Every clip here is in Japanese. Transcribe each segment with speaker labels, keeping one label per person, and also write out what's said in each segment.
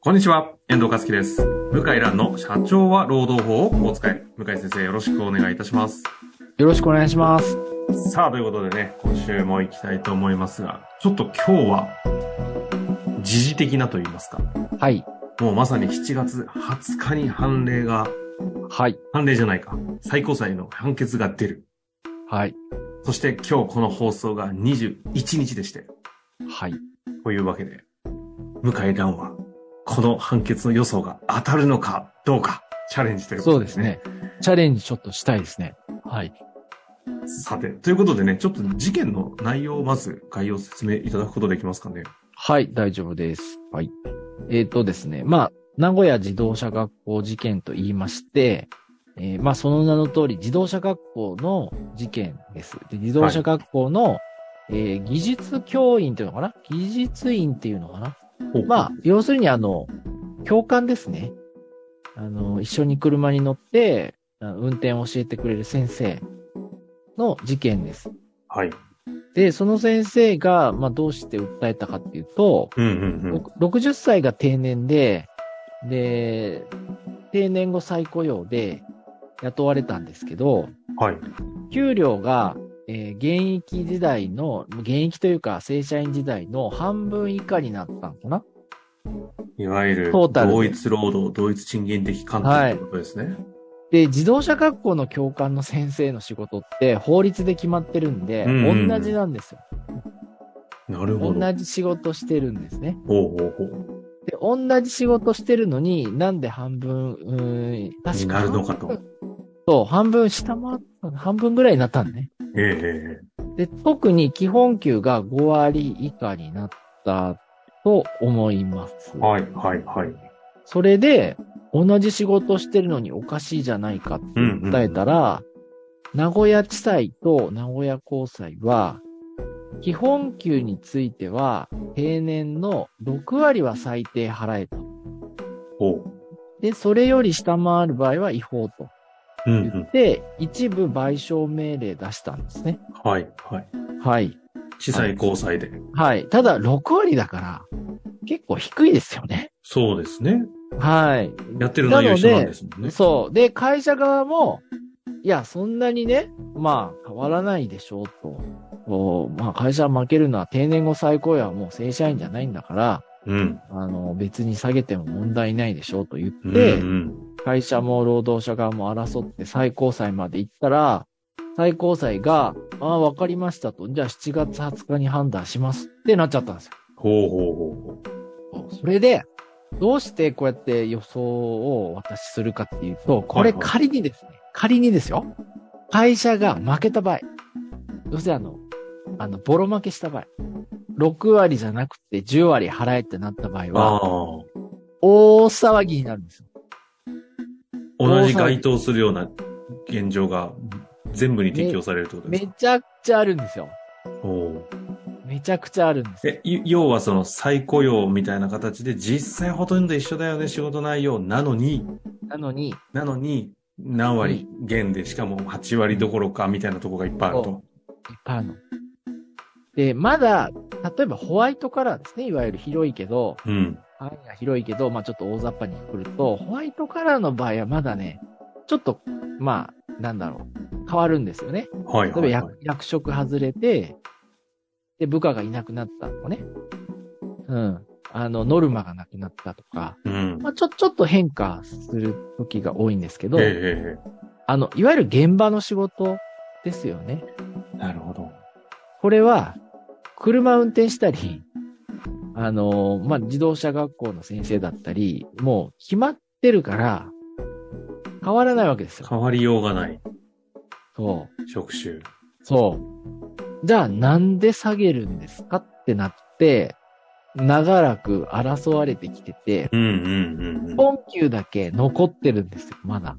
Speaker 1: こんにちは、遠藤和樹です。向井蘭の社長は労働法をお使い。向井先生、よろしくお願いいたします。
Speaker 2: よろしくお願いします。
Speaker 1: さあ、ということでね、今週も行きたいと思いますが、ちょっと今日は、時事的なと言いますか、
Speaker 2: はい。
Speaker 1: もうまさに7月20日に判例が、
Speaker 2: はい。
Speaker 1: 判例じゃないか、最高裁の判決が出る。
Speaker 2: はい。
Speaker 1: そして今日この放送が21日でして、
Speaker 2: はい。
Speaker 1: というわけで、向井蘭は、この判決の予想が当たるのかどうか、チャレンジというこ
Speaker 2: そ
Speaker 1: と
Speaker 2: うです。ね。チャレンジちょっとしたいですね。はい。
Speaker 1: さて、ということでね、ちょっと事件の内容をまず概要を説明いただくことできますかね。
Speaker 2: はい、大丈夫です。はい。えっ、とですね。まあ、名古屋自動車学校事件と言いまして、えーまあ、その名の通り、自動車学校の事件です。で自動車学校の、えー技術教員というのかな技術員っていうのかなまあ、要するにあの、教官ですね。あの、一緒に車に乗って、あの運転を教えてくれる先生の事件です。
Speaker 1: あ、はい。
Speaker 2: で、その先生が、まあ、どうして訴えたかっていうと、
Speaker 1: うんうんうん。
Speaker 2: ろく60歳が定年で、で、定年後再雇用で雇われたんですけど、
Speaker 1: はい。
Speaker 2: 給料が、えー現役時代の、現役というか正社員時代の半分以下になったのかない
Speaker 1: わゆる、
Speaker 2: トータルで
Speaker 1: 同一労働、同一賃金的観
Speaker 2: は
Speaker 1: 点と
Speaker 2: い
Speaker 1: いうことですね。
Speaker 2: で、自動車学校の教官の先生の仕事って法律で決まってるんで、
Speaker 1: うんうんうん
Speaker 2: 同じなんですよ。
Speaker 1: なるほど。
Speaker 2: 同じ仕事してるんですね。
Speaker 1: ほうほうほう。
Speaker 2: で、同じ仕事してるのに、なんで半分、うーん、
Speaker 1: に
Speaker 2: 確か
Speaker 1: なるのかと。
Speaker 2: そう、半分下回った、半分ぐらいになったんね。
Speaker 1: ええええ
Speaker 2: で、特に基本給が5割以下になったと思います。
Speaker 1: はい、はい、はい。
Speaker 2: それで、同じ仕事してるのにおかしいじゃないかって訴えたら、名古屋地裁と名古屋高裁は、基本給については、定年の6割は最低払えと。
Speaker 1: ほう。
Speaker 2: で、それより下回る場合は違法と
Speaker 1: うんう
Speaker 2: 言
Speaker 1: ん
Speaker 2: っ。て、一部賠償命令出したんですね。
Speaker 1: はい、はい。
Speaker 2: はい。
Speaker 1: 地裁高裁で。
Speaker 2: はい。ただ、6割だから、結構低いですよね。
Speaker 1: そうですね。
Speaker 2: はい。
Speaker 1: やってる内容一緒なんですもんね。
Speaker 2: そう。で、会社側も、いや、そんなにね、まあ、変わらないでしょうと。こうまあ、会社は負けるのは定年後最高やはもう正社員じゃないんだから、
Speaker 1: うん。
Speaker 2: あの、別に下げても問題ないでしょうと言
Speaker 1: うん
Speaker 2: って、
Speaker 1: うん。
Speaker 2: 会社も労働者側も争って最高裁まで行ったら、最高裁が、ああ、わかりましたと。じゃあ7月20日に判断しますってなっちゃったんですよ
Speaker 1: ほうほうほうほ
Speaker 2: それで、どうしてこうやって予想を私するかっていうと、これ
Speaker 1: はいはい
Speaker 2: 仮にですね、仮にですよ、会社が負けた場合、要するにあの、あの、ボロ負けした場合、6割じゃなくて10割払えってなった場合
Speaker 1: う。ああ
Speaker 2: は、。大騒ぎになるんですよ。
Speaker 1: 同じ該当するような現状が全部に適用されるってことです
Speaker 2: め
Speaker 1: か
Speaker 2: ちゃくちゃあるんですよ。
Speaker 1: おう
Speaker 2: めちゃくちゃあるんですよ。
Speaker 1: え、い要はその再雇用みたいな形で実際ほとんど一緒だよね、仕事内容なのに、
Speaker 2: なのに、
Speaker 1: なのに何割減でしかも8割どころかみたいなとこがいっぱいあると。
Speaker 2: いっぱいあるの。で、まだ、例えばホワイトカラーですね、いわゆる広いけど、
Speaker 1: うん。
Speaker 2: 範囲が広いけど、まあちょっと大雑把にくると、ホワイトカラーの場合はまだね、ちょっと、まあ、なんだろう、変わるんですよね。
Speaker 1: はい
Speaker 2: 例えば
Speaker 1: はい、
Speaker 2: 役,、
Speaker 1: はい。
Speaker 2: 役職外れて、で、部下がいなくなったとかね。うん。あの、ノルマがなくなったとか、
Speaker 1: うん。
Speaker 2: まあちょ、ちょっと変化する時が多いんですけ
Speaker 1: え
Speaker 2: ど
Speaker 1: え、え
Speaker 2: あの、いわゆる現場の仕事ですよね。
Speaker 1: えなるほど。
Speaker 2: これは、車運転したり、あの、まあ、自動車学校の先生だったり、もう決まってるから、変わらないわけですよ。
Speaker 1: 変わりようがない
Speaker 2: そ
Speaker 1: 職種。
Speaker 2: う。そう。じゃあなんで下げるんですかってなって、長らく争われてきてて、
Speaker 1: うんうんうん、うん。
Speaker 2: 本給だけ残ってるんですよ、まだ。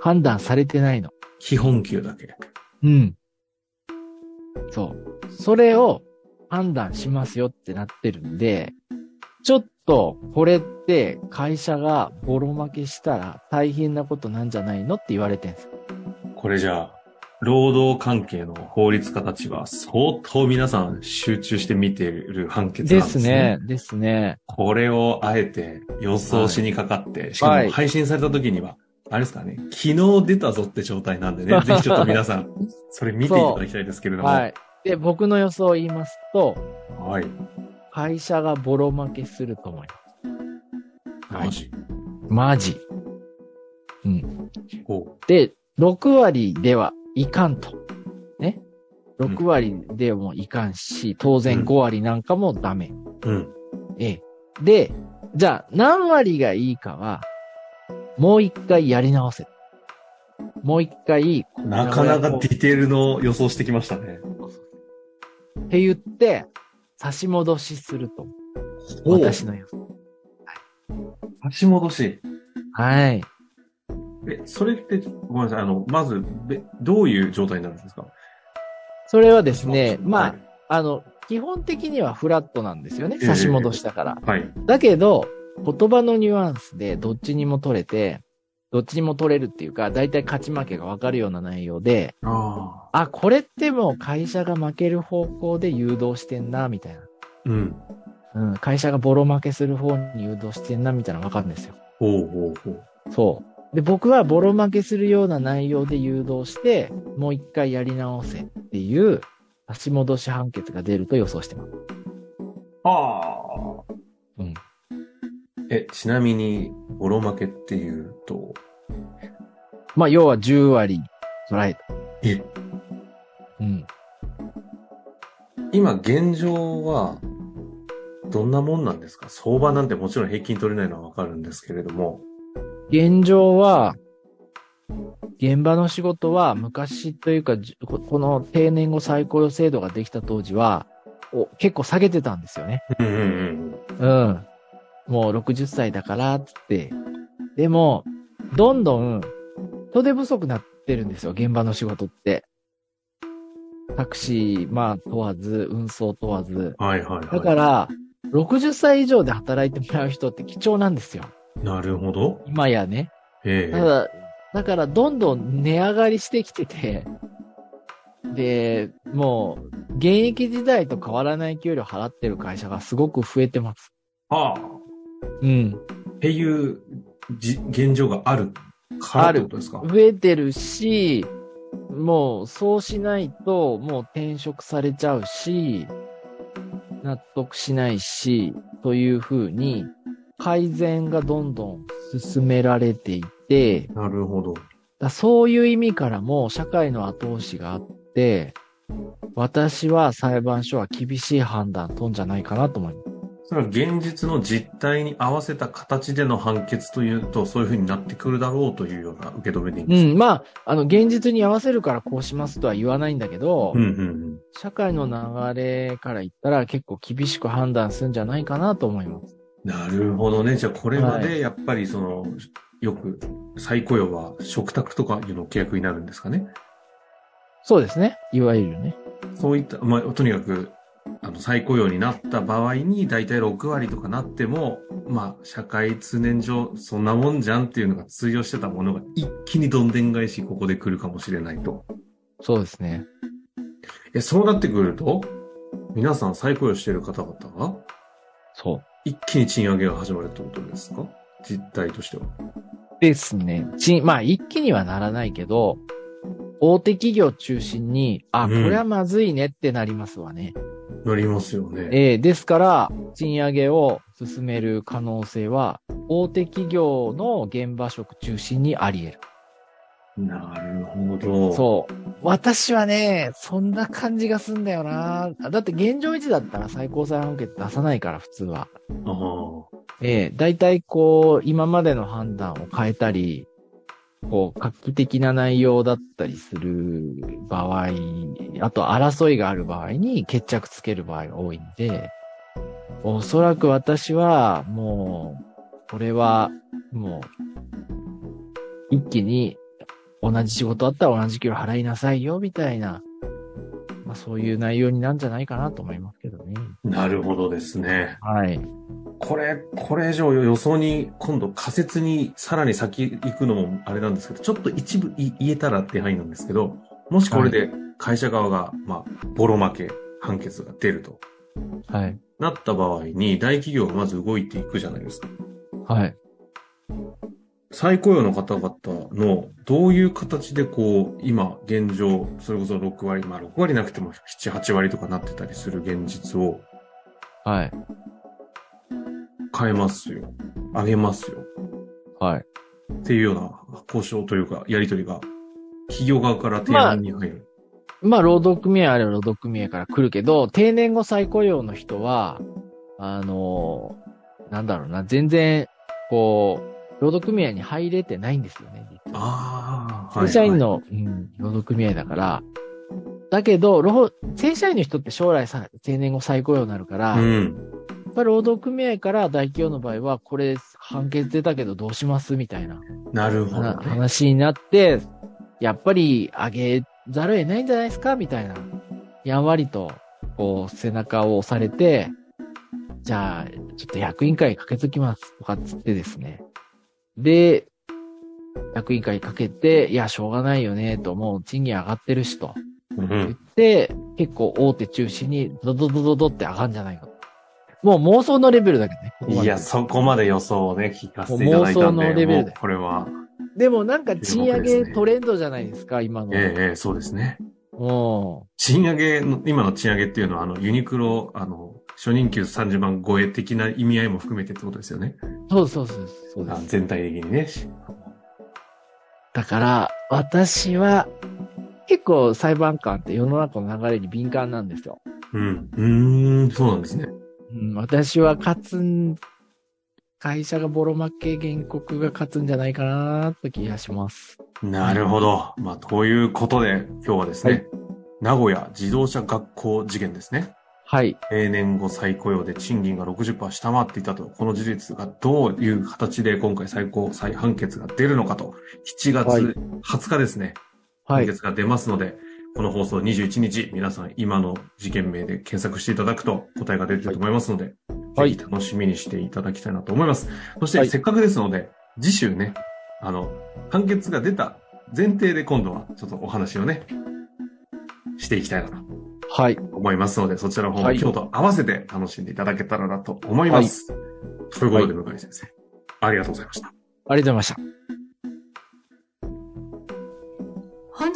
Speaker 2: 判断されてないの。
Speaker 1: 基本給だけ。
Speaker 2: うん。そう。それを判断しますよってなってるんで、ちょっとこれって会社がボロ負けしたら大変なことなんじゃないのって言われてるんですよ。
Speaker 1: これじゃあ、労働関係の法律家たちは相当皆さん集中して見ている判決
Speaker 2: で
Speaker 1: なんですすね。
Speaker 2: ね。ですね。
Speaker 1: これをあえて予想しにかかって、しか
Speaker 2: はい
Speaker 1: も配信された時には、あれですかね、昨日出たぞって状態なん でね、ぜひちょっと皆さん、それ見ていただきたいですけれども。
Speaker 2: は。
Speaker 1: はい
Speaker 2: で、僕の予想を言いますと、
Speaker 1: い。
Speaker 2: 会社がボロ負けすると思います。
Speaker 1: マ。ジ。
Speaker 2: マジ。
Speaker 1: おう
Speaker 2: で、6割ではいかんと。ね。6割でもいかんし、当
Speaker 1: う
Speaker 2: 然
Speaker 1: ん
Speaker 2: 5割なんかもダメ。
Speaker 1: うん。
Speaker 2: ええ。で、じゃあ何割がいいかは、もう一回やり直せ。もう一回、
Speaker 1: なかなかディテールの予想してきましたね。
Speaker 2: って言って、差し戻しすると。
Speaker 1: おう
Speaker 2: 私の予想。
Speaker 1: 差し戻し。
Speaker 2: はい。
Speaker 1: え、それって、ごめんなさい。あの、まず、べどういう状態になるんですか
Speaker 2: それはですね、ま
Speaker 1: はい
Speaker 2: あ、あの、基本的にはフラットなんですよね。
Speaker 1: ええ
Speaker 2: 差し戻したから。
Speaker 1: はい。
Speaker 2: だけど、言葉のニュアンスでどっちにも取れて、どっちにも取れるっていうか、だいたい勝ち負けがわかるような内容で、
Speaker 1: ああ。
Speaker 2: あ、これってもう会社が負ける方向で誘導してんな、みたいな。
Speaker 1: うん。
Speaker 2: うん、会社がボロ負けする方に誘導してんな、みたいなのわかるんですよ。
Speaker 1: ほうほうほう。
Speaker 2: そう。で、僕はボロ負けするような内容で誘導して、もう一回やり直せっていう、差し戻し判決が出ると予想してます。
Speaker 1: ああ。
Speaker 2: うん。
Speaker 1: え、ちなみに、ボロ負けっていうと、
Speaker 2: まあ、要は10割トライ。
Speaker 1: え、
Speaker 2: うん。
Speaker 1: 今現状は、どんなもんなんですか相場なんてもちろん平均取れないのはわかるんですけれども。
Speaker 2: 現状は、現場の仕事は昔というか、じここの定年後再雇用制度ができた当時は、お結構下げてたんですよね。
Speaker 1: うんうん
Speaker 2: うん。もう60歳だから、つって。でも、どんどん、人手不足になってるんですよ、現場の仕事って。タクシー、まあ、問わず、運送問わず。
Speaker 1: うん。はいはいはい。
Speaker 2: だから、60歳以上で働いてもらう人って貴重なんですよ。
Speaker 1: なるほど。
Speaker 2: 今やね。
Speaker 1: ええ
Speaker 2: ただ、だから、どんどん値上がりしてきてて、で、もう、現役時代と変わらない給料払ってる会社がすごく増えてます。
Speaker 1: ああ。
Speaker 2: うん。
Speaker 1: っていう、じ、現状があるからってことですか
Speaker 2: 増えてるし、もうそうしないともう転職されちゃうし、納得しないし、というふうに改善がどんどん進められていて、
Speaker 1: なるほど。
Speaker 2: だそういう意味からも社会の後押しがあって、私は裁判所は厳しい判断とんじゃないかなと思います。
Speaker 1: それは現実の実態に合わせた形での判決というと、そういうふうになってくるだろうというような受け止めでいいん
Speaker 2: う
Speaker 1: ですか
Speaker 2: ん、まあ、あの、現実に合わせるからこうしますとは言わないんだけど、
Speaker 1: うんうん
Speaker 2: 社会の流れから言ったら結構厳しく判断するんじゃないかなと思います。
Speaker 1: うん。なるほどね。じゃあこれま
Speaker 2: は
Speaker 1: でやっぱりその、よく再雇用は食卓とかいうの契約になるんですかね。
Speaker 2: そうですね。いわゆるね。
Speaker 1: そういった、まあ、とにかく、あの、再雇用になった場合に、だいたい6割とかなっても、まあ、社会通念上、そんなもんじゃんっていうのが通用してたものが、一気にどんでん返し、ここで来るかもしれないと。
Speaker 2: そうですね。
Speaker 1: え、そうなってくると、皆さん再雇用している方々は、
Speaker 2: そう。
Speaker 1: 一気に賃上げが始まるってことですか実態としては。
Speaker 2: ですね。ちまあ、一気にはならないけど、大手企業中心に、あ、
Speaker 1: う
Speaker 2: こ
Speaker 1: ん
Speaker 2: れはまずいねってなりますわね。
Speaker 1: なりますよね。
Speaker 2: えーですから、賃上げを進める可能性は、大手企業の現場職中心にあり得る。
Speaker 1: なるほど。
Speaker 2: そう。私はね、そんな感じがすんだよな。だって現状維持だったら最高裁判決出さないから、普通は。
Speaker 1: あ
Speaker 2: ええ、大体こう、今までの判断を変えたり、こう、画期的な内容だったりする場合、あと争いがある場合に決着つける場合が多いんで、おそらく私はもう、これはもう、一気に同じ仕事あったら同じ給料払いなさいよ、みたいな、まあそういう内容になるんじゃないかなと思いますけどね。
Speaker 1: あ。なるほどですね。
Speaker 2: はい。
Speaker 1: これ、これ以上予想に、今度仮説にさらに先行くのもあれなんですけど、ちょっと一部い言えたらって範囲なんですけど、もしこれで会社側が、まあ、ボロ負け判決が出ると
Speaker 2: はい。
Speaker 1: なった場合に、大企業がまず動いていくじゃないですか。
Speaker 2: はい。
Speaker 1: 再雇用の方々のどういう形でこう、今現状、それこそ6割、まあ6割なくても7、8割とかなってたりする現実を
Speaker 2: はい。
Speaker 1: 変えますよ。上げますよ。
Speaker 2: はい。
Speaker 1: っていうような交渉というか、やりとりが、企業側から提案に入る。
Speaker 2: まあ、労働組合あれば労働組合から来るけど、定年後再雇用の人は、あのーなんだろうな、全然、こう、労働組合に入れてないんですよね、実は。
Speaker 1: ああ、
Speaker 2: 正社員の、うん、労働組合だから。だけど、労正社員の人って将来さ定年後再雇用になるから、
Speaker 1: うん。
Speaker 2: やっぱり労働組合から大企業の場合は、これ判決出たけどどうしますみたいな
Speaker 1: なるほど、
Speaker 2: は
Speaker 1: ね。
Speaker 2: 話になって、やっぱり上げざるを得ないんじゃないですかみたいな。やんわりと、こう、背中を押されて、じゃあ、ちょっと役員会かけときます。とかっつってですね。で、役員会かけて、いや、しょうがないよね、と、もう賃金上がってるし、と。
Speaker 1: う
Speaker 2: 言っ
Speaker 1: ん。
Speaker 2: て、結構大手中心にドドドドドって上がるんじゃないかと。もう妄想のレベルだけどね。ここま
Speaker 1: い
Speaker 2: で
Speaker 1: や、そこまで予想をね、聞かせていただいたん
Speaker 2: もう妄想
Speaker 1: で、
Speaker 2: のレベルで
Speaker 1: もうこれは、
Speaker 2: でもなんか賃上
Speaker 1: 注目です
Speaker 2: げ
Speaker 1: ね
Speaker 2: トレンドじゃないですか、今の。
Speaker 1: ええええそうですね。
Speaker 2: うん。
Speaker 1: 賃上げの、今の賃上げっていうのは、あの、ユニクロ、あの、初任給30万超え的な意味合いも含めてってことですよね。
Speaker 2: そうそうそうそうで
Speaker 1: あ
Speaker 2: す。
Speaker 1: 全体的にね。
Speaker 2: だから、私は、結構裁判官って世の中の流れに敏感なんですよ。
Speaker 1: うん。うーん、そうなんですね。
Speaker 2: うん、私は勝つん、会社がボロ負け原告が勝つんじゃないかなって気がします。
Speaker 1: なるほど。まあ、ということで、今日はですね、
Speaker 2: はい
Speaker 1: 名古屋自動車学校事件ですね。
Speaker 2: はい。
Speaker 1: 定年後再雇用で賃金が60%下回っていたと、この事実がどういう形で今回最高裁判決が出るのかと、7
Speaker 2: はい
Speaker 1: 月20日ですね、
Speaker 2: は
Speaker 1: 判
Speaker 2: い。
Speaker 1: 決が出ますので、この放送21日、皆さん今の事件名で検索していただくと答えが出てると思いますので、
Speaker 2: はい
Speaker 1: ぜひ楽しみにしていただきたいなと思います。そし
Speaker 2: は
Speaker 1: て
Speaker 2: い
Speaker 1: せっかくですので、次週ね、あの、判決が出た前提で今度はちょっとお話をね、していきたいなと
Speaker 2: はい。
Speaker 1: 思いますので、そちらの方も
Speaker 2: はい
Speaker 1: 今日と合わせて楽しんでいただけたらなと思います。ということで、向井先生、ありがとうございました。
Speaker 2: ありがとうございました。
Speaker 3: 本